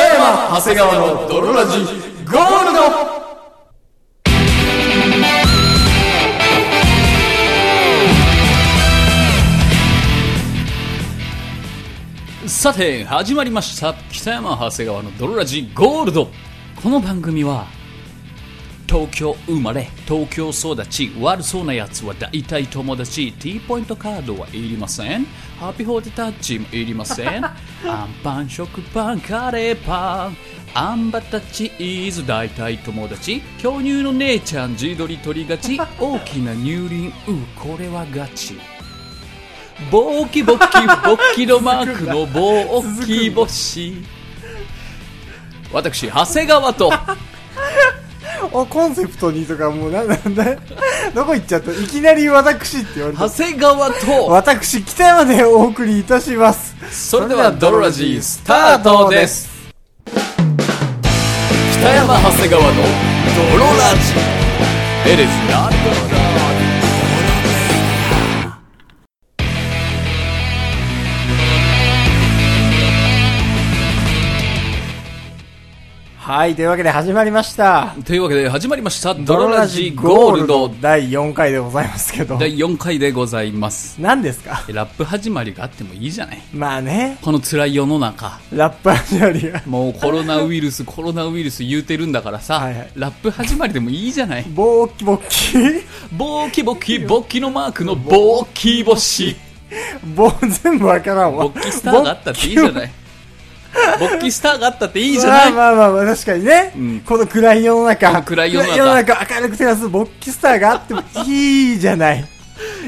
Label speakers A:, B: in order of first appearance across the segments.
A: 長谷川の泥ラジゴールド
B: さて始まりました北山長谷川の泥ラジゴールドこの番組は東京生まれ東京育ち悪そうなやつは大体友達 T ポイントカードはいりませんハッピーホーテタッチもいりませんアンパン食パンカレーパンあんバタチーズ大体友達巨乳の姉ちゃん自撮り取りがち大きな乳輪うこれはガチボキボキボキのマークのボーキボシ私長谷川と
C: おコンセプトにとかもうななんだ どこ行っちゃったいきなり私って言われ
B: 長
C: た
B: 谷川と
C: 私北山でお送りいたします
B: それではドロラジースタートです北山長谷川のドロラジ It is not
C: はいというわけで始まりました
B: というわけで始まりましたドロラジゴールド
C: 第4回でございますけど
B: 第4回でございます
C: 何ですか
B: ラップ始まりがあってもいいじゃない
C: まあね
B: この辛い世の中
C: ラップ始まりが
B: もうコロナウイル ス、コロナウイルス言うてるんだからさ、
C: はいはい
B: ラップ始まりでもいいじゃない。
C: ボーキボ キ
B: ボーキボキ、ボッキのマークのボーキボシ。
C: ボー全部わからんわ
B: ボッキスターがあったっていいじゃ
C: ボッキ
B: ない。ボッキスターがあったっていいじゃない。
C: まあまあまあ確かにね、
B: ん
C: この暗い世の中
B: この暗い世の中
C: 明るく照らすボッキスターがあってもいいじゃない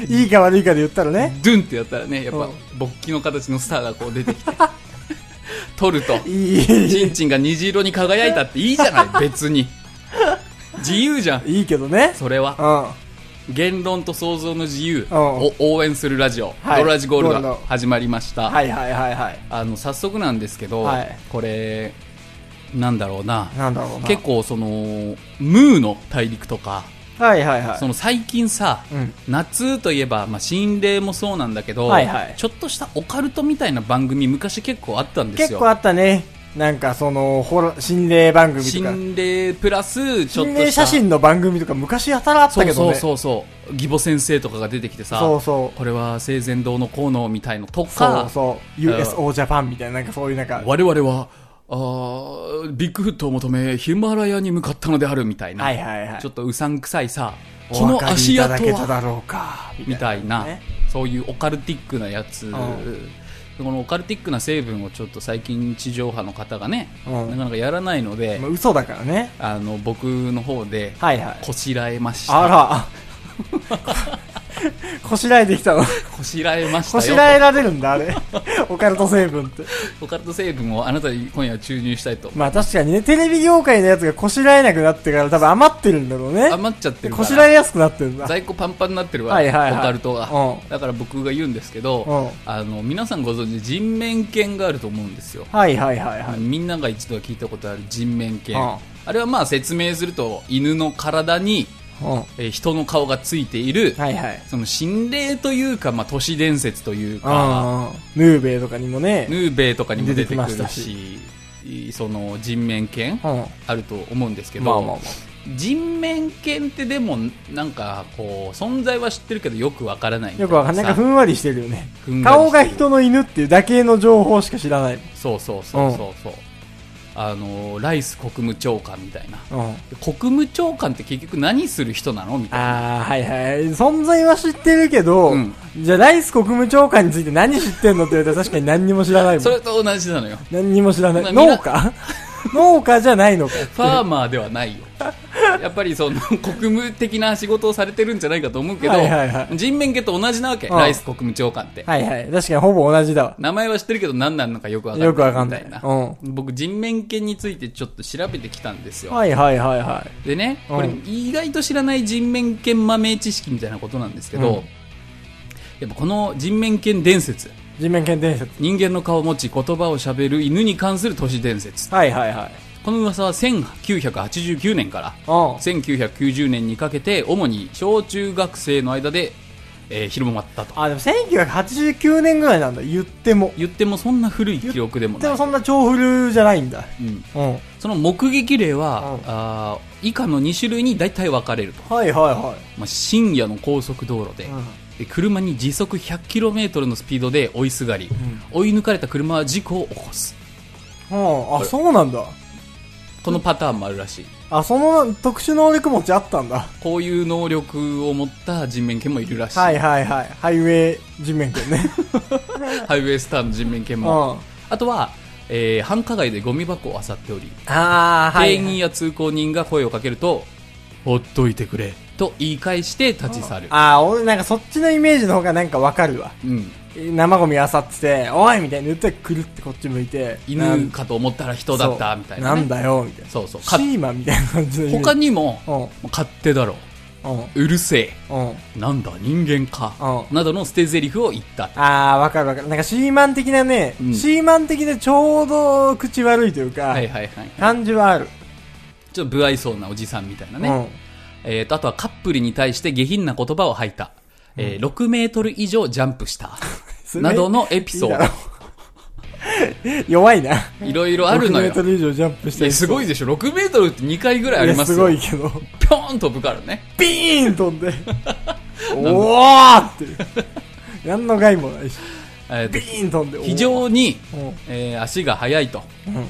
C: いいか悪いかで言ったらね
B: ドゥンってやったらね、やっ
C: う
B: ぱ
C: ん、
B: ボッキの形のスターがこう出てきて、取ると、
C: いい
B: チンチンが虹色に輝いたっていいじゃ ない、別に。自由じゃん。
C: いいけどね
B: それは
C: う、ん
B: 言論と想像の自由
C: うん
B: を応援するラジオ、
C: はい
B: ドロラジゴールド
C: ゴー
B: が
C: ルド
B: 始まりました。
C: はいはいはいはい
B: あの早速なんですけど、
C: はい
B: これなんだろうな
C: なんだろうな
B: 結構そのムーの大陸とか、
C: はいはいはい
B: その最近さ、
C: うん
B: 夏といえば、まあ、心霊もそうなんだけど、
C: はいはい
B: ちょっとしたオカルトみたいな番組昔結構あったんです
C: 結
B: よ
C: 構あったねなんかそのホラ心霊番組とか
B: 心霊プラスちょっと
C: 心
B: した
C: 霊写真の番組とか昔やたらあった
B: そ
C: け
B: う
C: ど
B: そう
C: ね
B: そうそう義母先生とかが出てきてさ
C: そうそう
B: これは生前堂の効能みたいのと
C: そ
B: か
C: うそう USO ジャパンみたいななんかそういうなんか
B: 我々はあービッグフットを求めヒマラヤに向かったのであるみたいな、
C: はいはいはい
B: ちょっとうさんくさいさこの
C: お分かり
B: 足
C: いた
B: 跡
C: だけた
B: は
C: だろうか
B: みたいな、
C: ね
B: そういうオカルティックなやつ、
C: ん
B: このオカルティックな成分をちょっと最近地上波の方がね、
C: うん
B: なかなかやらないので、
C: まあ嘘だからね
B: あの僕の方で
C: はいはい
B: こしらえました、
C: あらこしらえてきたの
B: こしらえました
C: こ
B: よ
C: しらえられるんだあれオカルト成分って
B: オカルト成分をあなたに今夜注入したいと
C: まあ確かにねテレビ業界のやつがこしらえなくなってから多分余ってるんだろうね
B: 余っちゃってるか
C: こ
B: ら
C: しらえやすくなってるんだ
B: 在庫パンパンになってるわ、
C: はいはいはい
B: オカルトが、
C: う
B: だから僕が言うんですけど、
C: う
B: あの皆さんご存知人面犬があると思うんですよ、
C: はいはいはいはい、
B: みんなが一度は聞いたことある人面犬、
C: うん
B: あれはまあ説明すると犬の体に、
C: うん、は
B: えー人の顔がついている、
C: いはい
B: その心霊というか、まあ、都市伝説というか、
C: あヌーベイとかにもね
B: ヌーベイとかにも出てくる
C: 出てきました
B: しその人面犬、
C: うん
B: あると思うんですけど、
C: まあまあまあ
B: 人面犬ってでもなんかこう存在は知ってるけどよくわからないみた
C: よくわかんないなんか
B: さ
C: ふんわりしてるよね
B: ふんわりしてる
C: 顔が人の犬っていうだけの情報しか知らない、
B: そうそうそうそうそう、あのライス国務長官みたいな
C: うん、あ
B: 国務長官って結局何する人なのみたいな
C: あはいはい存在は知ってるけど、
B: うん
C: じゃあライス国務長官について何知ってんのって言われたら確かに何にも知らないも
B: そ
C: ん
B: れと同じなのよ
C: 何にも知らない
B: みんな
C: 農家 農家じゃないのか
B: ファーマーではない よやっぱりその国務的な仕事をされてるんじゃないかと思うけど、
C: はいはいは
B: 人面犬と同じなわけ、
C: うん
B: ライス国務長官って、
C: はいはい確かにほぼ同じだわ
B: 名前は知ってるけど何なのかよくわかんない
C: よくわかんない
B: みたいな、
C: う
B: 僕人面犬についてちょっと調べてきたんですよ、
C: はいはいはいは
B: でね
C: うん
B: これ意外と知らない人面犬豆知識みたいなことなんですけど、
C: うん
B: やっぱこの人面犬伝説
C: い。人面犬伝説。
B: 人間の顔を持ち言葉をしゃべる犬に関する都市伝説
C: はいはいはい。
B: この噂は1989年から
C: うん。
B: 1990年にかけて主に小中学生の間で、ええー広まったと
C: あ、でも1989年ぐらいなんだ、言っても。
B: 言ってもそんな古い記録でも
C: で
B: な
C: も
B: い、
C: そんな超古じゃないんだ。
B: うん、
C: うん。
B: その目撃例は、
C: うん
B: あー以下の2種類に大体分かれると、
C: はいはいは
B: まあ、深夜の高速道路で,
C: い。
B: で、
C: うん。
B: 車に時速 100km のスピードで追いすがり、追い抜かれた車は事故を起こす
C: うん、
B: こ
C: あ、
B: れ
C: そうなんだ。
B: このパターンもあるらしい
C: あ、その特殊能力持ちあったんだ。
B: こういう能力を持った人面犬もいるらしい、
C: はいはいはい。ハイウェイ地面権ね。
B: ハイウェイスターの人面犬
C: うん。
B: も、あとは、えー繁華街でゴミ箱を漁っており、
C: あー、
B: 店員や通行人が声をかけるとほっといてくれと言い返して立ち去る
C: あー、俺なんかそっちのイメージの方がなんかわかるわ。
B: うん、
C: 生ゴミ漁ってて、おいみたいに言ったらくるってこっち向いて。
B: 犬かと思ったら人だったみたいな、ね、
C: んだよ、みたいな。
B: そうそう
C: シ
B: か
C: ーマンみたいな感じのイメージ。
B: 他にも
C: うん、
B: 勝手だろ
C: うん、
B: ううるせ
C: うん。
B: えなんだ人間かなどの捨て台詞を言った
C: あー、わかるわかる。なんかシーマン的なね、
B: うん
C: シーマン的でちょうど口悪いというか、
B: はいはいはい
C: 感じはある。
B: ちょっと不愛想なおじさんみたいなね、
C: うん。
B: えー、とあとはカップルに対して下品な言葉を吐いた、えー6メートル以上ジャンプ した
C: それ
B: などのエピソ
C: いい
B: ー
C: だろう 弱いな。
B: ドいろいろ あるの
C: 6メ
B: よ
C: ートル以上ジャンプし
B: い
C: て
B: やすごいでしょ6メートルって2回ぐらいあります
C: いや
B: よ
C: すごいけど。
B: ぴょーん飛ぶからね
C: ピーン飛 んで、おー って。何の害もないし。
B: えーと
C: ピーン飛んで、おー
B: 非常に、
C: うん
B: えー足が速いと
C: うん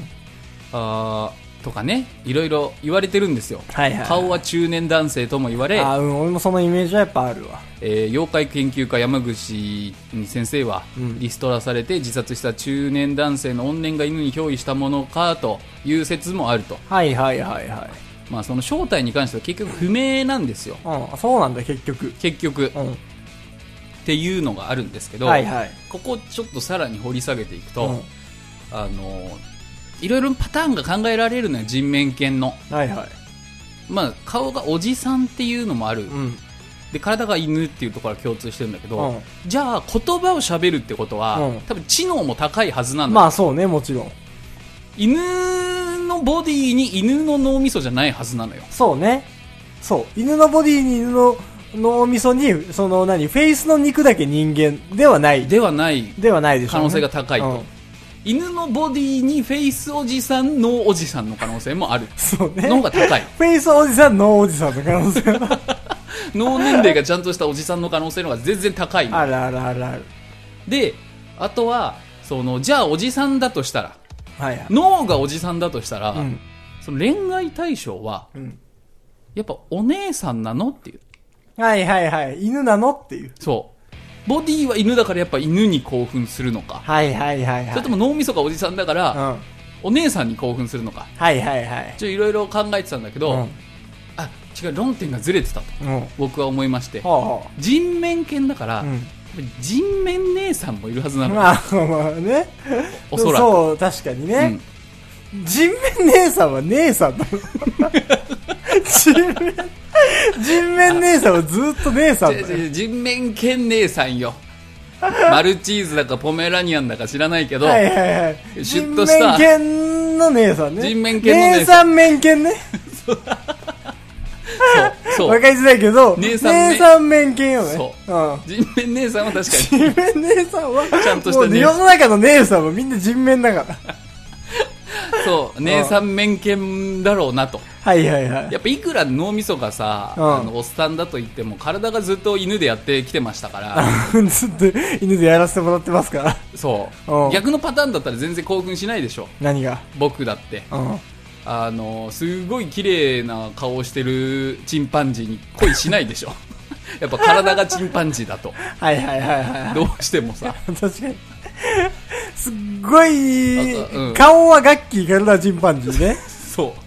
B: あーとかねいろいろ言われてるんですよ、
C: はいはいはい
B: 顔は中年男性とも言われ、
C: あーうん、俺もそのイメージはやっぱあるわ。
B: えー妖怪研究家山口先生は、
C: うん
B: リストラされて自殺した中年男性の怨念が犬に憑依したものかという説もあると、
C: はいはいはいはい。
B: まあ、その正体に関しては結局不明なんですよ
C: うん、そうなんだ、結局。
B: 結局っ
C: うん。
B: ていうのがあるんですけど、
C: はいはい。
B: ここちょっとさらに掘り下げていくと、
C: うん
B: あのいろいろパターンが考えられるのよ人面犬の、
C: はいはい。
B: まあ、顔がおじさんっていうのもある、
C: うん。
B: で体が犬っていうところは共通してるんだけど、
C: うん
B: じゃあ言葉を喋るってことは、
C: うん
B: 多分知能も高いはずなんだ、
C: まあそうね、もちろん。
B: 犬のボディに犬の脳みそじゃないはずなのよ
C: そうね。そう。犬のボディに犬の脳みそに、その何、フェイスの肉だけ人間ではない。で
B: ではない
C: はないでし
B: 可
C: ょうね、
B: 能性が高いと
C: うん
B: 犬のボディにフェイスおじさん脳おじさんの可能性も ある
C: そうね。
B: の方が高い
C: フェイスおじさん、脳おじさんの可能性が
B: 脳年齢がちゃんとしたおじさんの可能性の方が全然高いの
C: あるあるあるある。
B: であとはそのじゃあおじさんだとしたら
C: はいはい。
B: 脳がおじさんだとしたら、
C: うん。
B: その恋愛対象は、
C: うん
B: やっぱお姉さんなのっていう
C: はいはいはい。犬なのっていう。
B: そうボディは犬だからやっぱ犬に興奮するのか、
C: はいはいはいはい。
B: それとも脳みそがおじさんだから、
C: う
B: お
C: ん。
B: 姉さんに興奮するのか
C: はいはいはい。
B: ちょいろいろ考えてたんだけど、
C: うん
B: あ違う論点がずれてたと
C: うん。は
B: 僕は思いまして、
C: あは
B: 人面犬だから、
C: あ。うん。
B: 人面姉さんもいるはずなの、
C: まあまあね。
B: おそらく
C: そう、確かに
B: う
C: ね
B: ん。
C: 人面姉さんは姉さんだろ。人面、人面姉さんはずっと姉さんだ
B: 違う
C: よ。
B: 違う人面犬姉さん よマルチーズだかポメラニアンだか知らないけど、
C: はいはいはい。
B: シュ
C: 人
B: ッ
C: 面
B: とした
C: 犬の姉さんね。
B: 人面犬の姉
C: 姉
B: さ
C: さん面犬ね。
B: そうそ
C: わ
B: う
C: かりづらいけど、
B: 姉
C: 姉
B: さん面
C: さん面犬よね。
B: そ
C: うん。
B: 人面姉さんは確か に
C: 人面姉さんは、
B: ちゃんとし
C: も
B: た
C: う
B: 姉
C: 世の中の姉さんはみんな人面だから。
B: そう、姉さん面犬だろうなと。
C: はいはいはい。
B: やっぱいくら脳みそがさ、
C: うん
B: あのおっさんだと言っても、体がずっと犬でやってきてましたから、
C: あのずっと犬でやらせてもらってますから。
B: そうう。
C: ん
B: 逆のパターンだったら全然興奮しないでしょ。
C: 何が。
B: 僕だって。
C: うん。
B: あの、すごい綺麗な顔をしてるチンパンジーに恋しないでしょ。 やっぱ体がチンパンジーだと。
C: はいはいはいは
B: どうしてもさ。
C: い。確かに。すっご
B: なんかう
C: い、
B: ん
C: 顔はガッキー、体はチンパンジーね。
B: そう。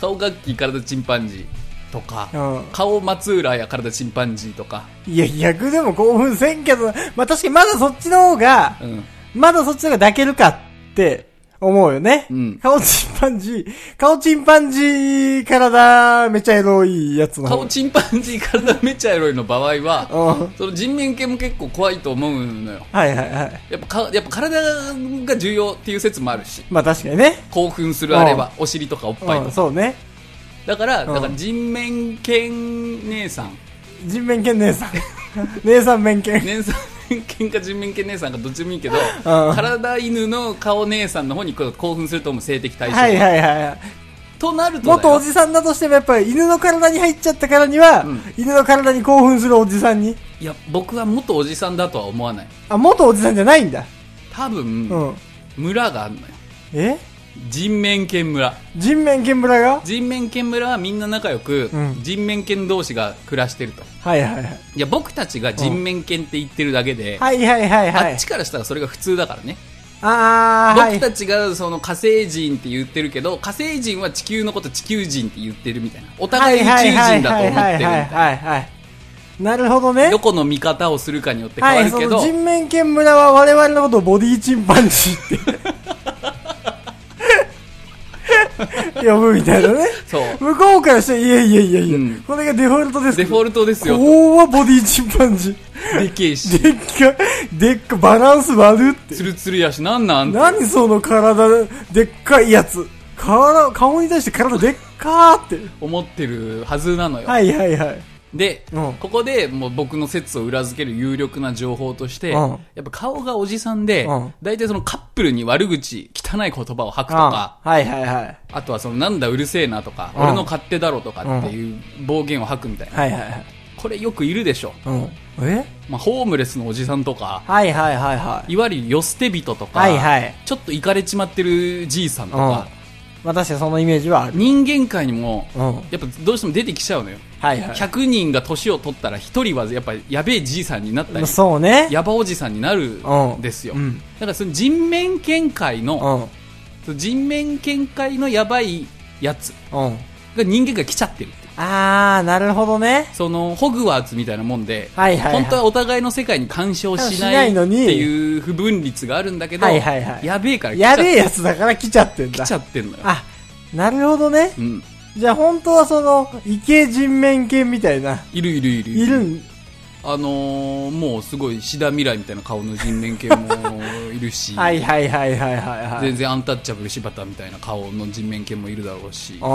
B: 顔楽器、体チンパンジーとか、
C: うん
B: 顔松浦や体チンパンジーとか、
C: いや、逆でも興奮せんけど、まあ、確かにまだそっちの方が、
B: うん。
C: まだそっちの方が抱けるかって思うよね。
B: うん
C: 顔チンパンジー、顔チンパンジー、体めちゃエロいやつの方
B: 顔チンパンジー体めちゃエロいの場合は、
C: うん。
B: その人面犬も結構怖いと思うのよ。
C: はいはいはい。
B: やっぱかやっぱ体が重要っていう説もあるし、
C: まあ確かにね。
B: 興奮するあれば、お尻とかおっぱい
C: うん、
B: とか。
C: そうね。
B: だから、
C: うん
B: だから人面犬姉さん
C: 人面犬姉さん。 姉さん面犬。
B: 姉さん喧嘩人面犬姉さんがどっちでもいいけど、
C: ん
B: 体犬の顔姉さんの方にこう興奮すると思う性的対象、
C: はいはいはい。
B: となるとだよ
C: 元おじさんだとしてもやっぱり犬の体に入っちゃったからには、
B: うん
C: 犬の体に興奮するおじさんに。
B: いや僕は元おじさんだとは思わない
C: あ、元おじさんじゃないんだ。
B: 多分、
C: うん。
B: 村があるのよ
C: え
B: 人面犬村
C: 人面犬村が
B: 人面犬村はみんな仲良く、
C: うん
B: 人面犬同士が暮らしてると
C: はいはいはい。
B: いや僕たちが人面犬って言ってるだけで、
C: はいはいはいは
B: あ
C: い
B: っち。からしたらそれが普通だからね、
C: あー、はい
B: 僕。たちがその火星人って言ってるけど火星人は地球のこと地球人って言ってるみたいなお互い宇宙人だと思ってるみたい
C: はい
B: な
C: はいはいはい。なるほどね
B: ど。この見方をするかによって変
C: は
B: わ
C: い、
B: る
C: そ
B: け
C: の
B: ど、
C: 人面犬村は我々のことをボディチンパンジーって 呼ぶみたいなね。
B: そう
C: 向こうからして、いやいやいやいや、
B: うん
C: これがデフォルトです。
B: デフォルトですよと
C: こうはボディチンパンジ
B: でけえし
C: ー。でっか、でっか、バランス悪って。
B: ツルツルやしなんなんって
C: 何その体、でっかいやつ。体、顔に対して体でっかーって。
B: 思ってるはずなのよ、
C: はいはいはい。
B: で、
C: うん
B: ここでもう僕の説を裏付ける有力な情報として、
C: うん
B: やっぱ顔がおじさんで、
C: うん
B: 大体そのカップルに悪口汚い言葉を吐くとか、
C: あはいはいはい。
B: あとはそのなんだうるせえなとか、
C: うん
B: 俺の勝手だろとかっていう暴言を吐くみたいな、
C: はいはいはい。
B: これよくいるでしょ、
C: うん。え
B: まあ、ホームレスのおじさんとか
C: はいはいはいはい。
B: いわゆるよ捨て人とか、
C: はいはい
B: ちょっといかれちまってるじいさんと
C: うん。
B: か、
C: まあ確かにそのイメージはある。
B: 人間界にも、
C: うん。
B: やっぱどうしても出てきちゃうのよ、
C: はいはい。
B: 100人が年を取ったら1人はやっぱりやべえじいさんになった
C: まあ
B: り
C: そうね。
B: ヤバおじさんになるんですよ、
C: うん
B: だからその人面犬界
C: う
B: の、
C: ん。
B: その人面犬界のやばいやつ
C: うん。
B: が人間が来ちゃってるっていう
C: あー、なるほどね。
B: そのホグワーツみたいなもんで、
C: はいはいはい
B: 本当はお互いの世界に干渉し
C: しな
B: ない
C: い
B: っ
C: の
B: て
C: に
B: いう不分率があるんだけど、
C: はいはいはい
B: やべえから来ちゃ
C: や
B: っ
C: べえやつだから来ちゃってんだ
B: 来ち。ゃってんのよ、
C: あ、なるほどね。
B: うん、
C: じゃあ本当はその、異形人面犬みたいな、
B: いるいるいる
C: いるん、
B: あのーもうすごいシダ未来みたいな顔の人面犬もいるし
C: はいはいはいはいはいはい。
B: 全然アンタッチャブル柴田みたいな顔の人面犬もいるだろうし
C: うんう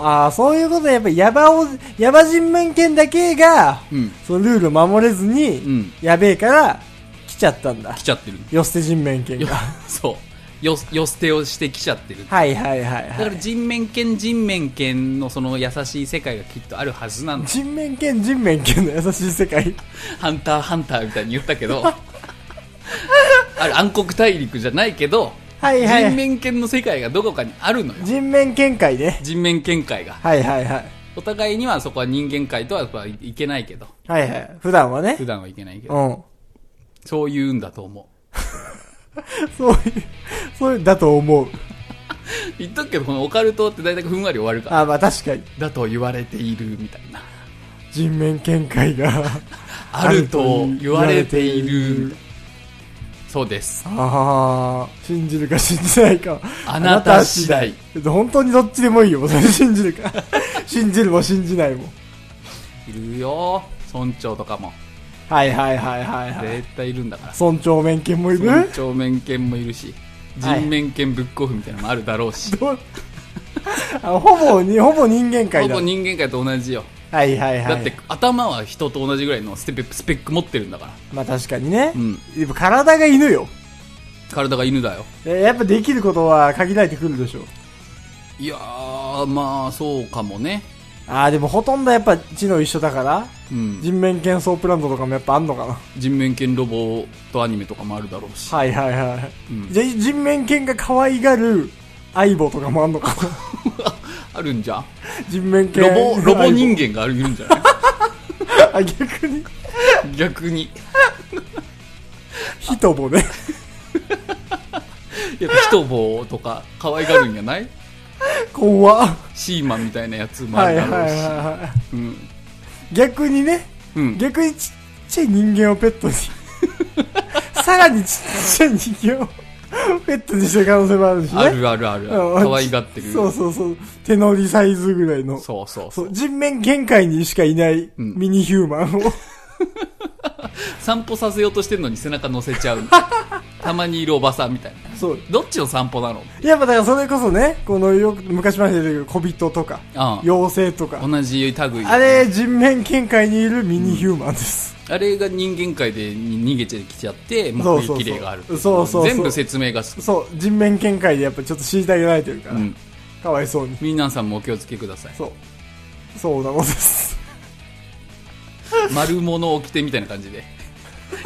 C: んああ、そういうことで、やっぱりヤバお、ヤバ人面犬だけが、
B: うん
C: そのルールを守れずに、
B: うん
C: やべえから、来ちゃったんだ
B: 来。ちゃってる
C: よ捨て人面犬
B: よ
C: が。
B: そうよよ捨てをして来ちゃってる
C: はいはいは
B: だ
C: い
B: か
C: は
B: ら
C: い。
B: 人面犬人面犬のその優しい世界がきっとあるはずなんだ
C: 人面犬、人面犬の優しい世界。
B: ハンターハンターみたいに言ったけ どある暗黒大陸じゃないけど、
C: はいはい
B: 人面犬の世界がどこかにあるのよ
C: 人面犬界ね。
B: 人面犬界が
C: はいはいはい。
B: お互いにはそこは人間界とはやっぱいけないけど
C: はいはい。普段はね
B: 普。段はいけないけど
C: うん。
B: そういうんだと思
C: そういう、そういう、だと思う。
B: う言っとくけどこのオカルトって大体ふんわり終わるから
C: あーまあ確かに。
B: だと言われているみたいな
C: 人面犬界が。
B: あると言われている。そうです
C: ああ、信じるか信じないか。
B: あなた次第
C: 本当にどっちでもいいよ、それ信じるか。 信じるも信じないも。
B: いるよ村長とかも
C: はいはいはいはいはい。
B: 絶対いるんだから
C: 村長免許もいる
B: 村長面犬もいるし
C: はい
B: 人面犬ブックオフみたいなのもあるだろうし
C: どう あほぼに、ほぼ人間界
B: ほ
C: だ
B: ぼ。人間界と同じよ
C: はいはいはい。
B: だって頭は人と同じぐらいのスペスペック持ってるんだから
C: まあ確かにね。
B: うん
C: やっぱ体が犬よ。
B: 体が犬だよ
C: えやっぱできることは限られてくるでしょ。
B: いやーまあそうかもね
C: ああ、でもほとんどやっぱ知能一緒だから、
B: うん
C: 人面犬ソープランドとかもやっぱあんのかな。
B: 人面犬ロボとアニメとかもあるだろうし
C: はいはいはい。
B: うん
C: じゃ人面犬が可愛がる相棒とかもあんのか な
B: あるんじゃん
C: 人面犬
B: ロボロボ人
C: 間
B: 間がいるんじゃない
C: あ逆に
B: 逆に
C: ヒトボ ね
B: やっぱ人棒とか可愛がるんじゃない
C: 怖っ
B: シーマンみたいなやつもあ
C: はい
B: る
C: は
B: だ
C: いはい
B: ろうし
C: は
B: うん
C: い逆にね
B: うん
C: 逆にちっちゃい人間をペットにさらにちっちゃい人間をペットにしてる可能性もあるしね
B: あるあるある
C: うん
B: 可愛がってる
C: そうそうそう手乗りサイズぐらいのそう
B: そうそうそう
C: 人面限界にしかいない
B: ん
C: ミニヒューマンを、
B: 散歩させようとしてるのに背中乗せちゃうたまにいるおばさんみたいな
C: そう。
B: どっちの散歩なの
C: やっぱだからそれこそね、このよく昔まで出てくる小人とか、
B: うん
C: 妖精とか、
B: 同じ類
C: あれ人面犬界にいるミニヒューマンです。
B: あれが人間界で逃げてきちゃって目
C: そうそうそう
B: 撃例がある
C: そうそうそう
B: 全部説明がつく
C: そう、人面犬界でやっぱちょっと虐げられてるから、
B: うん
C: かわいそうに。
B: 皆さんもお気をつけください
C: そう。そうなのです。
B: 丸物を着てみたいな感じで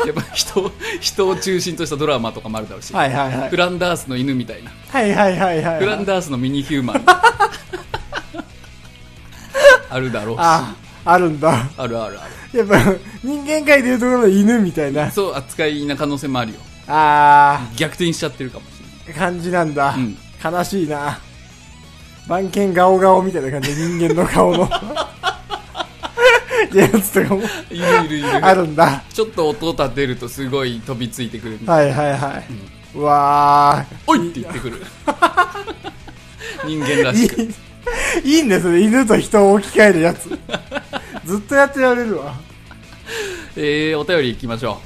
B: やっぱ人を人を中心としたドラマとかもあるだろうし、
C: はいはいはい
B: フ。ランダースの犬みたいな
C: はいはいはいはい。
B: フランダースのミニヒュー マンあるだろうしあ
C: あ、あるんだ。
B: るあるあ
C: やっぱ人間界でいうところの犬みたいな
B: る、そう扱いな可能性もあるよ
C: あ
B: 逆転しちゃってるかもしれない
C: ー、感じなんだ。
B: うん
C: 悲しいな。番犬顔顔みたいな感じで人間の顔 の。やつとかも
B: いるいるいる
C: あるんだ。
B: ちょっと音立てるとすごい飛びついてくるみたいな
C: はいはいはい。うわ
B: おいって言ってく る人間らしく
C: ー。いい、いいんですね。犬と人を置き換えるや つ。ずっとやってられるわ。
B: えー、お便り行きましょう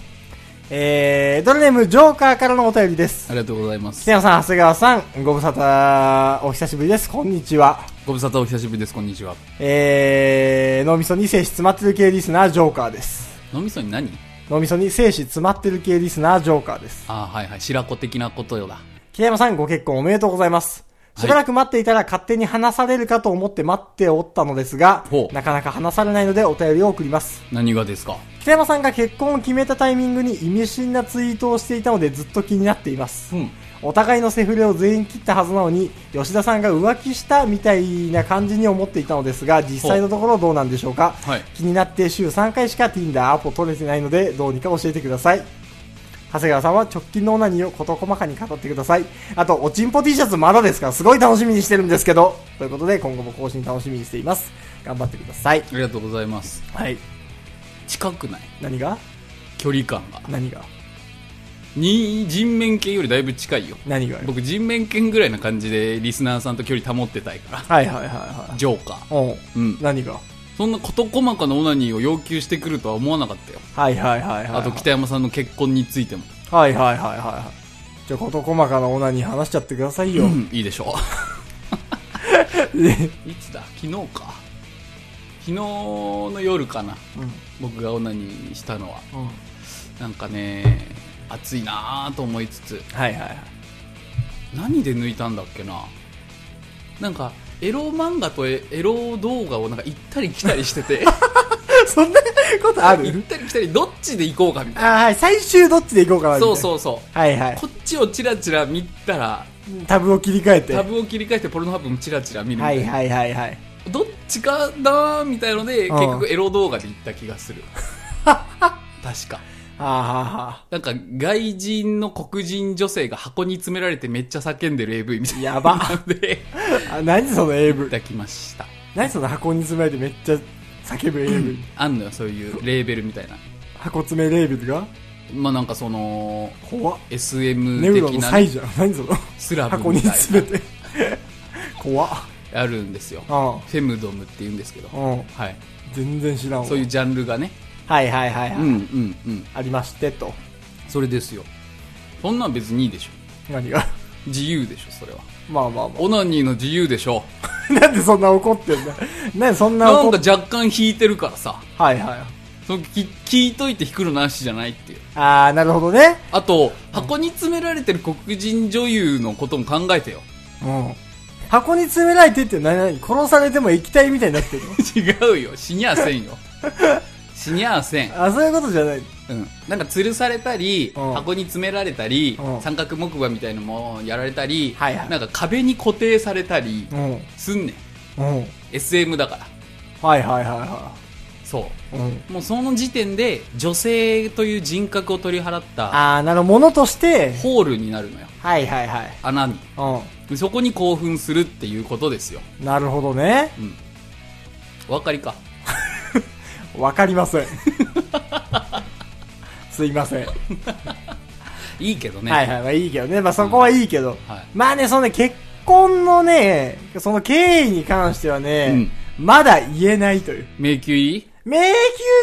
C: えー、ドルネームジョーカーからのお便りです。
B: ありがとうございます
C: 北野さん、長谷川さん、ご無沙汰、お久しぶりです。こんにちは。
B: ご無沙汰お久しぶりですこんにちは
C: えー、脳みそに精子詰まってる系リスナージョーカーです。
B: 脳みそに何
C: 脳みそに精子詰まってる系リスナージョーカーです。
B: あーはいはい白子的なことよだ
C: 北山さんご結婚おめでとうございます。しばらく待っていたら勝手に話されるかと思って待っておったのですが
B: ほ、う
C: なかなか話されないのでお便りを送ります。
B: 何がですか
C: 北山さんが結婚を決めたタイミングに意味深なツイートをしていたのでずっと気になっています。
B: うん
C: お互いのセフレを全員切ったはずなのに、吉田さんが浮気したみたいな感じに思っていたのですが、実際のところどうなんでしょうか、
B: はい
C: 気になって週3回しか Tinder アポ取れてないので、どうにか教えてください。長谷川さんは直近のオナニーを事細かに語ってください。あと、おちんぽ T シャツまだですから、すごい楽しみにしてるんですけど。ということで、今後も更新楽しみにしています。頑張ってください。
B: ありがとうございます
C: はい。
B: 近くない
C: 何が
B: 距離感が
C: 何が
B: に人面犬よりだいぶ近いよ
C: 何がよ
B: 僕人面犬ぐらいな感じでリスナーさんと距離保ってたいか
C: はいはいはいは
B: らジョーカー
C: い。おう
B: うん
C: 何が
B: そんな事細かなオナニーを要求してくるとは思わなかったよ
C: はいはいはいはい、はい。
B: あと北山さんの結婚についても、
C: はいはいはいはいはい。じゃあ、事細かなオナに話しちゃってくださ いよ。
B: うんいいでしょう
C: ね
B: いつだ昨日か昨日の夜かな僕がオナニーしたのは
C: うん
B: なんかね暑いなぁと思いつつ
C: はいはいはい。
B: 何で抜いたんだっけななんかエロ漫画とエエロ動画をなんか行ったり来たりしてて
C: そんなことあ
B: 行
C: る
B: ったり来たりどっちで行こうかみたい
C: あーはい、最終どっちでいこうか
B: な
C: なみたい
B: そ
C: な。
B: うそうそう
C: はいはい。
B: こっちをチラチラ見たら
C: タブを切り替えて。
B: タ
C: は
B: ブを切り替えてポルノハブもチラチラ見る
C: い
B: みた
C: はいい
B: な、
C: はいはい。
B: どっちかなーみたいので
C: うん
B: 結局エロ動画で行った気が する確か
C: あーはーは
B: なんか外人の黒人女性が箱に詰められてめっちゃ叫んでる AV みたいな。
C: やば
B: なん で、
C: ーあ何その AV
B: いた。だきました。
C: 何その箱に詰められてめっちゃ叫ぶ AV。
B: あんのよ、そういうレーベルみたいな。
C: 箱詰めレーベルが
B: まあなんかその、
C: 怖っ。ネ
B: SM
C: ウロ
B: 的
C: の
B: な
C: サイじゃん。何その
B: スラブ
C: 箱
B: み
C: に
B: たい
C: 詰めて。怖っ。
B: な、あるんですよ。フ
C: うん。
B: ェムドムって言うんですけど。
C: うん。
B: はい。
C: 全然知らんわ。
B: そういうジャンルがね。
C: はいはいはいはい。
B: うんうんうん。
C: ありまして、と。
B: それですよ。そんなん別にいいでしょ。
C: 何が
B: 自由でしょ、それは。
C: まあまあま
B: オナニーの自由でしょ。
C: あ。 なんでそんな怒ってんだ なんでそんな
B: な
C: 怒
B: ん
C: っ
B: か若干引いてるからさ。
C: はいはい。
B: そのき聞いといて引くのなしじゃないっていう。
C: あー、なるほどね。
B: あと、箱に詰められてる黒人女優のことも考えてよ。
C: うん。箱に詰められてって何々殺されても液体みたいになってるの
B: 違うよ。死にゃあせんよ。死にゃあせん。
C: あ、そういうことじゃない。
B: うん。なんか吊るされたり、
C: うん
B: 箱に詰められたり
C: う、ん
B: 三角木馬みたいのもやられたり、
C: はいはい
B: なんか壁に固定されたり
C: うん。
B: すんねん。
C: うん。
B: SM だから。
C: はいはいはいは
B: そ
C: い。うん。
B: う。もうその時点で、女性という人格を取り払った
C: あー、なるほど。ものとして、
B: ホールになるのよ。
C: はいはいはい。
B: 穴に。でそこに興奮するっていうことですよ。
C: うん。なるほどね。
B: お分かりか。
C: わかり ません。すいません。
B: いいけどね。
C: はいはい、まあいいけどね。まあそこはいいけど。
B: はい
C: まあね、そのね、結婚のね、その経緯に関してはね、まだ言えないという。
B: 迷宮入り
C: 迷宮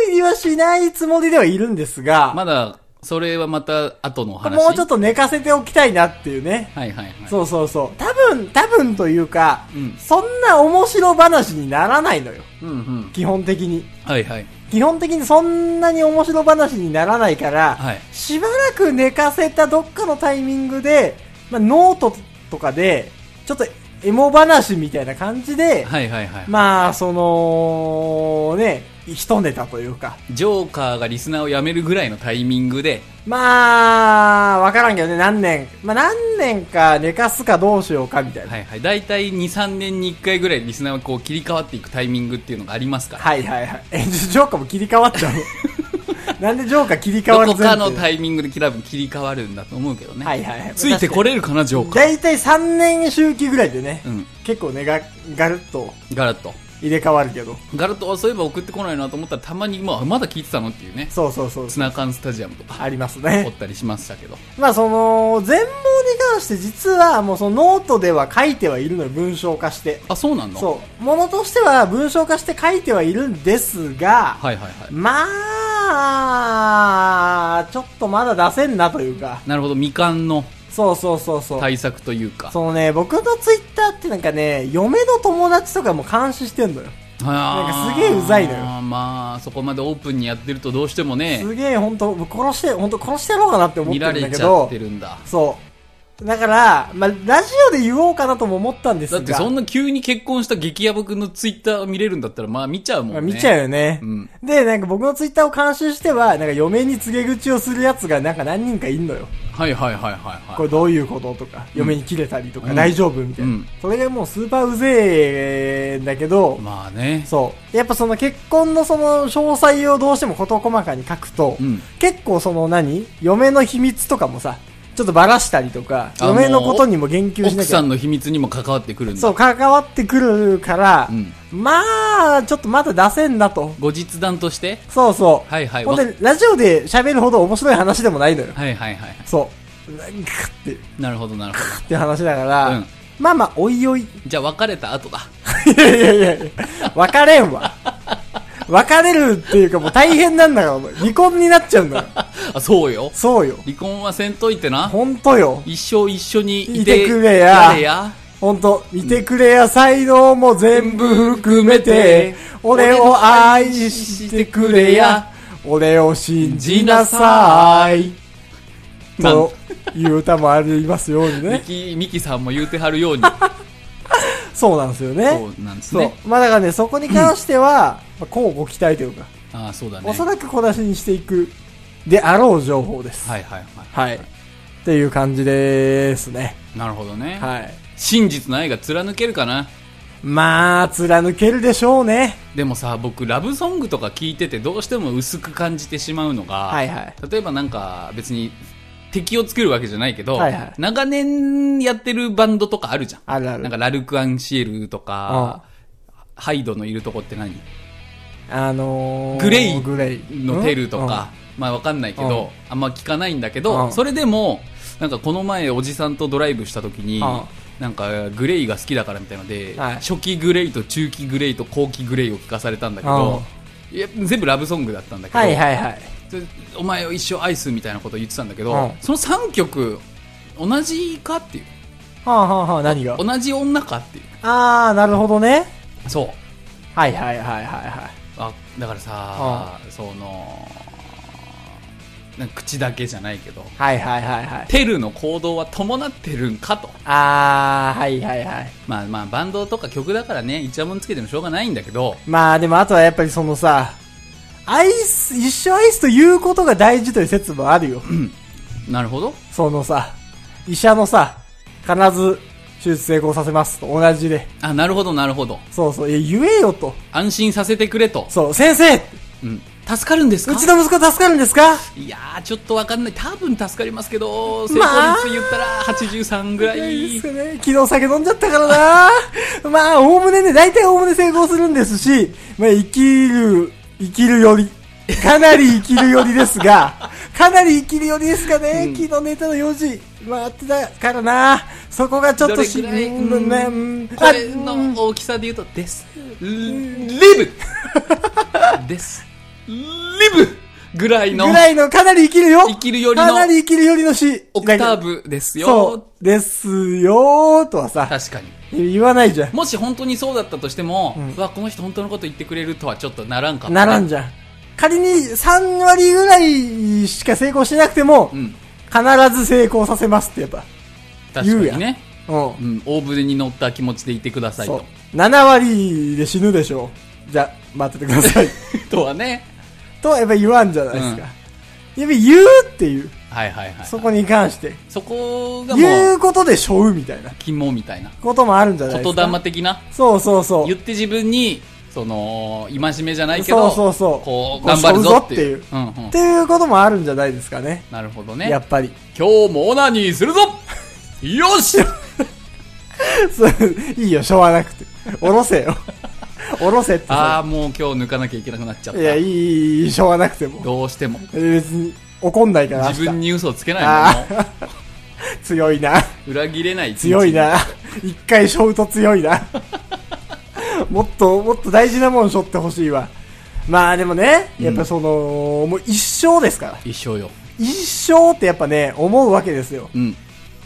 C: 入りはしないつもりではいるんですが、
B: まだそれはまた後の話。
C: もうちょっ
B: と。
C: と寝かせておきたいなっていうね。
B: はいはいはい。
C: そうそうそう。多分、多分というか、
B: うん
C: そんな面白話にならないのよ。
B: うんうん。
C: 基本的に。
B: はいはい。
C: 基本的にそんなに面白話にならないから、
B: はい
C: しばらく寝かせたどっかのタイミングで、まあ、ノートとかで、ちょっとエモ話みたいな感じで、
B: はいはいはい。
C: まあ、その、ね、一ネタというか、
B: ジョーカーがリスナーを辞めるぐらいのタイミングで、
C: まあ、わからんけどね、何年、まあ何年か寝かすかどうしようかみたいな。
B: はいはい。大体2、3年に1回ぐらいリスナーはこう切り替わっていくタイミングっていうのがありますから。
C: はいはいはい。え、ジョーカーも切り替わっちゃ うのなんでジョーカー切り替わる
B: どこかの
C: イ
B: タイミングで切ら切り替わるんだと思うけどね。
C: はいはいはい
B: ついてこれるかな、ジョーカー。
C: 大体3年周期ぐらいでね、
B: うん
C: 結構ね、が、ガルッと
B: ガラッと。
C: 入れ替わるけど。
B: ガラッと、あそういえば送ってこないなと思ったらたまに、まあ、まだ聞いてたのっていうね。
C: そうそうそう。
B: ツナ缶スタジアムとか、
C: あります
B: おっ
C: ね。
B: たりしましたけど。
C: まあその、全貌に関して実はもうそのノートでは書いてはいるのよ、文章化して。
B: あ、そうなの
C: そう。ものとしては文章化して書いてはいるんですが、
B: はいはいはい。
C: まあ、ちょっとまだ出せんなというか。
B: なるほど、未完の
C: そうそうそうそう。
B: 対策というか。
C: そのね、僕のツイッターってなんかね、嫁の友達とかも監視してんのよ。
B: あー
C: なんかすげえうざいのよ
B: まあ、そこまでオープンにやってるとどうしてもね、
C: すげえ本当殺して、本当殺してやろうかなって思っ
B: 見
C: て
B: ら
C: る
B: れ
C: んだけ
B: ちゃっ
C: ど
B: て、るんだ。
C: そう。だから、まあ、ラジオで言おうかなとも思ったんです
B: だ
C: が。
B: ってそんな急に結婚した激ヤバ君のツイッター見れるんだったら、まあ見ちゃうもん
C: ま
B: ね。
C: あ見ちゃう
B: う。
C: よね。
B: ん。
C: で、なんか僕のツイッターを監視しては、なんか嫁に告げ口をするやつがなんか何人かいんのよ。
B: はいはいはいはい、は
C: これどういうこととか、嫁に切れたりとか、
B: うん
C: 大丈夫みたいな、
B: うん
C: それがもうスーパーうぜえんだけど
B: い。、まあね。
C: そう。やっぱその結婚のその詳細をどうしても事細かに書くと、
B: うん
C: 結構その何嫁の秘密とかもさ、ちょっとばらしたりとか、
B: あ
C: 嫁のことにも言及しな
B: 奥
C: きゃ
B: さんの秘密にも関わってくるんだ。
C: そう、関わってくるから、
B: うん
C: まあ、ちょっとまだ出せんなと。
B: 後日談として
C: そうそう。
B: はいはい
C: ほんで、ラジオで喋るほど面白い話でもないのよ。
B: はいはいはい。
C: そう。なんかって、っ
B: なるほどなるほど。
C: て話だから、
B: うん
C: まあまあ、おいお い。い
B: じゃあ別れた後だ。
C: やいやいやいや、別れんわ。別れるっていうかもう大変なんだから、お前離婚になっちゃうんだよ。
B: あ、そうよ。
C: そうよ。
B: 離婚はせんといてな。
C: ほんとよ。
B: 一生一緒にいて
C: いてくれや
B: れや。
C: ほんと、見てくれや、才能も全部含めて、俺を愛してくれや、俺を信じなさい。
B: なん
C: という歌もありますように
B: ミ
C: ね。
B: キ、ミキさんも言うてはるように。
C: そうなんですよ
B: そ
C: ね。
B: うなんです
C: そう
B: ね。。
C: まあだからね、そこに関しては、まあこうご期待というか、
B: ああ、そうだね。
C: おそ
B: はい
C: らく小出しにしていくであろう情報です。
B: はいはい。
C: はい。っていう感じですね。
B: なるほどね。
C: はい。
B: 真実の愛が貫けるかな。
C: まあ、貫けるでしょうね。
B: でもさ、僕、ラブソングとか聞いててどうしても薄く感じてしまうのが、
C: はいはい。
B: 例えばなんか別に敵を作るわけじゃないけど、
C: はいはい
B: 長年やってるバンドとかあるじゃん。
C: あるある
B: なんかラルク・アンシエルとか、ハイドのいるとこって何
C: あのー、
B: グレイ
C: グレイ
B: のテルとか、まあわかんないけど、あんま聞かないんだけど、
C: うん
B: それでも、なんかこの前おじさんとドライブした時に、
C: うん
B: なんかグレイが好きだからみたいので、
C: はい
B: 初期グレイと中期グレイと後期グレイを聞かされたんだけど、いや全部ラブソングだったんだけど、
C: はいはいはい。
B: でお前を一生愛すみたいなこと言ってたんだけど、
C: うん
B: その3曲同じかっていう
C: はあはあはあ、何が
B: 同じ女かっていう
C: あー、なるほどね。
B: そう
C: はいはいはいはいはい。
B: あだからさ、そのなんか口だけじゃないけど
C: はいはいはいはい。
B: テルの行動は伴ってるんかと
C: あー、はいはいはい。
B: まあまあバンドとか曲だからねイチャモンつけてもしょうがないんだけど
C: まあでもあとはやっぱりそのさ、愛す、一生愛すということが大事という説もあるよ。
B: なるほど
C: そのさ、医者のさ、必ず手術成功させますと同じで。
B: あなるほどなるほど
C: そうそう、いや、言えよと。
B: 安心させてくれと、
C: そう、先生
B: うん、助かるんですか
C: うちの息子助かるんですか
B: いやーちょっとわかんない多分助かりますけど成功率言ったら83ぐらい、
C: いいですね。昨日酒飲んじゃったからな まあ、おおむねね、大体おおむね成功するんですし、まあ、生きる、生きるより、かなり生きるよりですが、 かなり生きるよりですがね、昨日寝たの4時、まあ、あってたからなそこがちょっとし、
B: どれくらい
C: うん
B: うん
C: ねうん
B: これの大きさで言うと、です。リブです。リブぐらいの
C: ぐらいの、かなり生きるよ
B: 生きるよりの
C: かなり生きるよりの詩。
B: オクターブですよ。
C: そう、ですよーとはさ、
B: 確かに。
C: 言わないじゃん。
B: もし本当にそうだったとしても、
C: うん
B: うわ、この人本当のこと言ってくれるとはちょっとならんかった、
C: ならんじゃん。仮に3割ぐらいしか成功してなくても、
B: うん。
C: 必ず成功させますってやっぱ。言う
B: 確か
C: や
B: に
C: ん
B: ね。
C: うん
B: う。ん、大船に乗った気持ちでいてください
C: そう
B: と。。
C: 7割で死ぬでしょう。じゃ、待っててくだ さい。
B: とはね。
C: とはやっぱ言わんじゃないですか。やっぱ言うっていう。
B: はいはいはい。
C: そこに関して。
B: そこがも
C: 言
B: う、
C: うことでしょうみたいな
B: 肝みたいな。
C: こともあるんじゃないで
B: 言
C: すか。
B: 霊的な。
C: そうそうそう。
B: 言って自分に、その、戒めじゃないけ
C: そ
B: ど、
C: うそうそう
B: こう、
C: こう
B: 頑張るぞって
C: し
B: い
C: ょう
B: う
C: ぞ。
B: うんうん
C: っ。ていうこともあるんじゃないですかね。
B: なるほどね。
C: やっぱり。
B: 今日もオナニーするぞよし
C: そういいよ、しょうがなくて。お ろせよ。おろせって
B: ああ、
C: さ。
B: もう今日抜かなきゃいけなくなっちゃっ
C: いや、
B: た。
C: いい、いい、しょうがなくても。
B: どうしても。
C: 別に、怒んないから、
B: 自分
C: に。
B: に嘘をつけない
C: あ
B: もの。
C: あ、 強いな。
B: 裏切れない。
C: 強い。な。一回背負うと強いな。もっと、もっと大事なもん背負ってほしいわ。まあでもね、やっぱその、もう一生ですから。
B: 一生よ。
C: 一生ってやっぱね、思うわけですよ。
B: うん。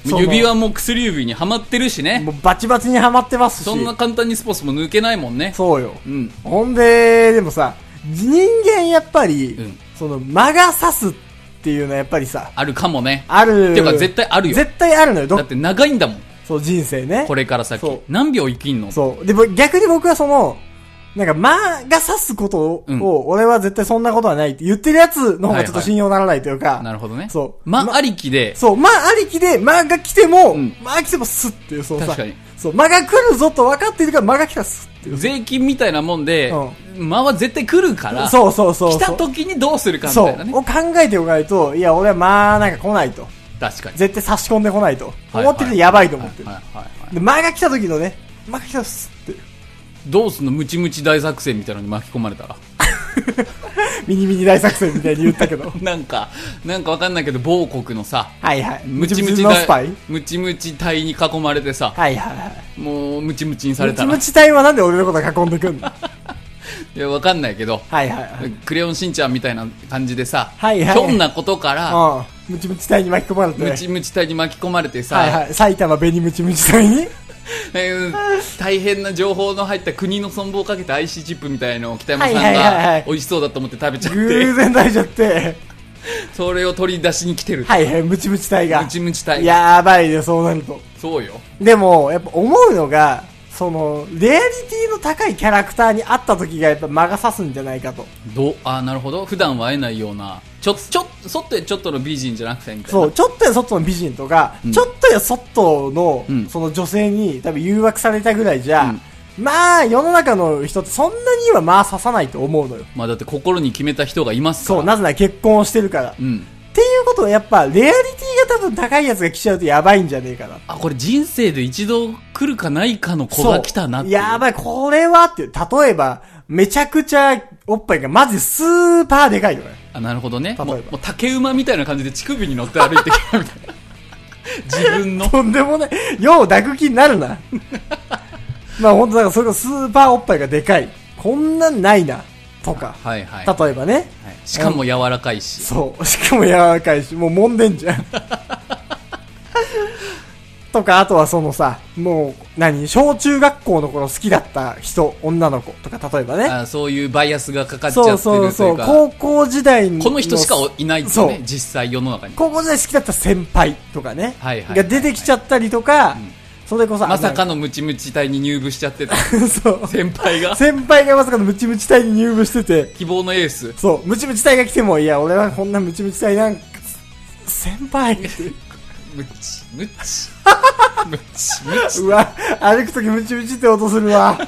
C: その
B: 指輪も薬指にはまってるしね。
C: もうバチバチにはまってますし。
B: そんな簡単にスポーツも抜けないもんね。
C: そうよ。
B: うん。
C: ほんで、でもさ、人間やっぱり、
B: うん
C: その、間が差すっていうのはやっぱりさ、
B: あるかもね。
C: ある。
B: ていうか絶対あるよ
C: 絶対あるのよ、ど
B: だって長いんだもん。
C: そう、人生ね。
B: これから先
C: そう。
B: 何秒生きんの
C: そう。で、ぼ逆に僕はその、なんか、間が差すことを、
B: うん
C: 俺は絶対そんなことはないって言ってるやつの方がちょっ
B: はいは
C: と
B: い
C: 信用ならないというか、
B: なるほどね。
C: そう
B: ま、
C: ま
B: ありきで、
C: そう、間ありきで、間が来ても、
B: うん
C: 間が来てもスッっていう、そうさ。
B: 確かに
C: そう、間が来るぞと分かっているから間が来たらスッっていう。
B: 税金みたいなもんで、間は絶対来るから、
C: そうそうそうそう。
B: 来た時にどうするかみ
C: そ
B: た
C: う
B: いなね。
C: を考えておかないと、いや、俺はまあなんか来ないと。
B: 確かに。
C: 絶対差し込んでこないと。
B: はい
C: 思っててやばいと思ってる
B: はい。はいはいはい
C: で、前が来た時のね、前が来たらスッて、
B: どうすんのムチムチ大作戦みたいなのに巻き込まれた ら。
C: ミニミニ大作戦みたいに言った けど。
B: なんか、なんかわかんないけど、某国のさ、
C: はいはい。
B: ムチム
C: ム
B: チ
C: のスパイ
B: 隊、ムチムチ隊に囲まれてさ、
C: はいはいはい。
B: もうムチムチにされ
C: ム
B: た
C: チ
B: ら。
C: ム
B: い
C: チ隊はなんで俺のこと囲んで くんのは
B: や、わかんないけど、
C: いはいはい。
B: クレヨンしんちゃんみたいな感じでさ、
C: はいはい
B: ひょんなことから、
C: うん。ムチムチ隊に巻き込まれて。
B: ムチムチ隊に巻き込まれてさ、
C: はいはい。埼玉紅ムチムチ 隊に。
B: えー大変な情報の入った国の存亡をかけた IC チップみたいのを北山さ
C: は
B: ん
C: いはいはいは
B: が
C: い
B: 美味しそうだと思って食べちゃって、
C: 偶然抱いちゃって。
B: それを取り出しに来てる、
C: はいはい。ムチムチ隊が。
B: ムチムチ隊
C: やばいね、そうなると。
B: そうよ
C: でも、やっぱ思うのが、その、レアリティの高いキャラクターに会った時がやっぱ間が差すんじゃないかと。
B: どうあなるほど普段は会えないようなちょちょそっとやちょっとの美人じゃなくてみたいな
C: そう、ちょっとやそっとの美人とか、
B: うん
C: ちょっとやそっとの、
B: うん
C: その女性に多分誘惑されたぐらいじゃ、
B: うん
C: まあ世の中の人ってそんなにはまあ刺さないと思うのよ。
B: まあだって心に決めた人がいますから
C: そう、なぜなら結婚をしてるから。っ
B: うん
C: ていうことはやっぱレアリティが多分高いやつが来ちゃうとやばいんじゃねえかな。
B: あこれ人生で一度来るかないかの子が来たなってい
C: そ
B: うう
C: やばい、これはっていう。例えば、めちゃくちゃおっぱいがマジでスーパーでかいのよ。
B: あなるほどね
C: ば
B: もうもう竹馬みたいな感じで乳首に乗って歩いてきたみたい な自分の
C: とんでもない。よう抱く気にな るな。まあ本当だからそれがスーパーおっぱいがでかい。こんなんないな。とか。
B: はいはい
C: 例えばね。
B: はいしかも柔らかいし
C: そう。しかも柔らかいし、もう揉んでん じゃん。とか、あとはそのさ、もう、何、小中学校の頃好きだった人、女の子とか、例えばね。
B: あそういうバイアスがかかっちゃって
C: そう
B: ると
C: そ
B: いうう
C: そう。
B: か
C: 高校時代の。
B: この人しかいないですよね
C: そう
B: 実際世の中に
C: 高校時代好きだった先輩とかね。
B: はいはいはい
C: が出てきちゃったりとか、それこそ、
B: まさか
C: の。
B: のムチムチ隊に入部しちゃ ってた
C: そう。
B: 先輩が
C: 先輩がまさかのムチムチ隊に入部してて、
B: 希望のエース
C: そう、ムチムチ隊が来ても、いや、俺はこんなムチムチ隊なんか、先輩
B: ムチムチムチムチ
C: うわ、歩くときムチムチって音するわ。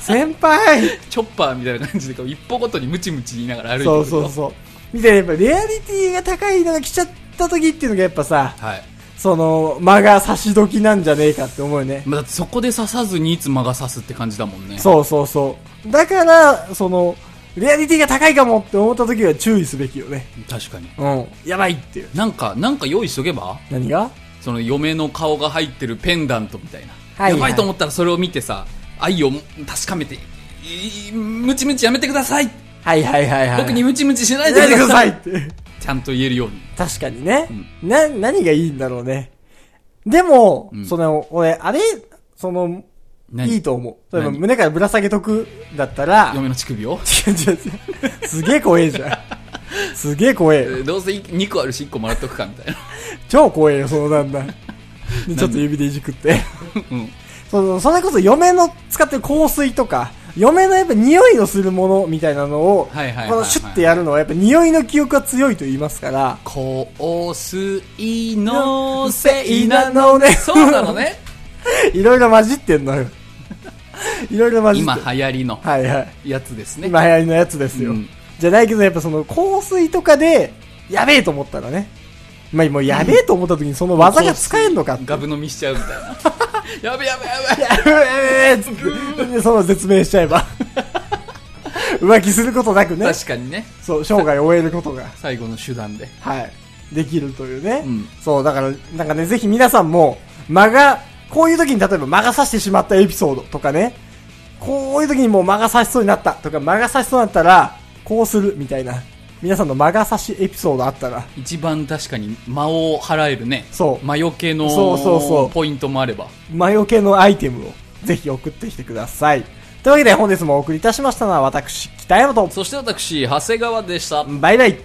C: 先輩
B: チョッパーみたいな感じでこう一歩ごとにムチムチ言いながら歩いてく
C: そ
B: る
C: うそう
B: う
C: そう。みたいな、やっぱレアリティが高いのが来ちゃった時っていうのがやっぱさ、
B: はい、
C: その、間が差し時なんじゃねえかって思うよね。
B: まあ、だってそこで刺さずにいつ間が刺すって感じだもんね
C: そうそうそう。だから、その、レアリティが高いかもって思った時は注意すべきよね。
B: 確かに
C: うん。やばいっていう。
B: なんかなんか用意しとけば
C: 何が
B: その嫁の顔が入ってるペンダントみたいな、
C: はいはい
B: やばいと思ったらそれを見てさ愛を確かめていいムチムチやめてください
C: はいはいはいはい。
B: 僕にムチムチしない
C: や
B: で
C: めて
B: くだ
C: くだ
B: さ
C: さ
B: い
C: いって。
B: ちゃんと言えるように。
C: 確かにね。な、何がいいんだろうね。でも、
B: ん
C: その、俺、あれ、その、
B: 何
C: いいと思う。例えば
B: 何
C: 胸からぶら下げとくだったら、
B: 嫁の乳首を
C: 違う違う違うすげえ怖えじゃん。 すげえ怖え
B: え
C: よ。
B: ーどうせ2個あるし1個もらっとくかみたいな。
C: 超怖えよ、その旦那。で、ちょっと指でいじくって。
B: うん
C: その、それこそ嫁の使ってる香水とか、嫁のやっぱ匂いのするものみたいなのを、
B: はいはいはいはい
C: このシュッてやるのはやっぱ匂いの記憶が強いと言いますから、
B: 香水のせいなの。
C: の ね
B: そうなのね。
C: いろいろ混じってんの よ。いろいろ混じって
B: 今流行りの
C: はいはい。
B: やつですね。
C: 今流行りのやつですよ。
B: うん
C: じゃないけど、やっぱその香水とかで、やべえと思ったらね。まあ、もうやべえと思った時にその技が使えんのかって。
B: ガブ飲みしちゃうみたいな。やべやべやべ。
C: やべ えつって、でその絶命しちゃえば。 浮気することなくね。
B: 確かにね。
C: そう、生涯を終えることが、
B: 最後の手段で。
C: はい、できるというね。
B: うん
C: そう、だから、なんかね、ぜひ皆さんも、間が、こういう時に例えば間が差してしまったエピソードとかね、こういう時にもう間が差しそうになったとか、間が差しそうになったら、こうするみたいな、皆さんの間が差しエピソードあったら、
B: 一番確かに間を払えるね。
C: そう
B: 魔除けの
C: そうそうそう
B: ポイントもあれば。
C: 魔除けのアイテムをぜひ送ってきてください。というわけで本日もお送りいたしましたのは私、北山と、
B: そして私、長谷川でした。
C: バイバイ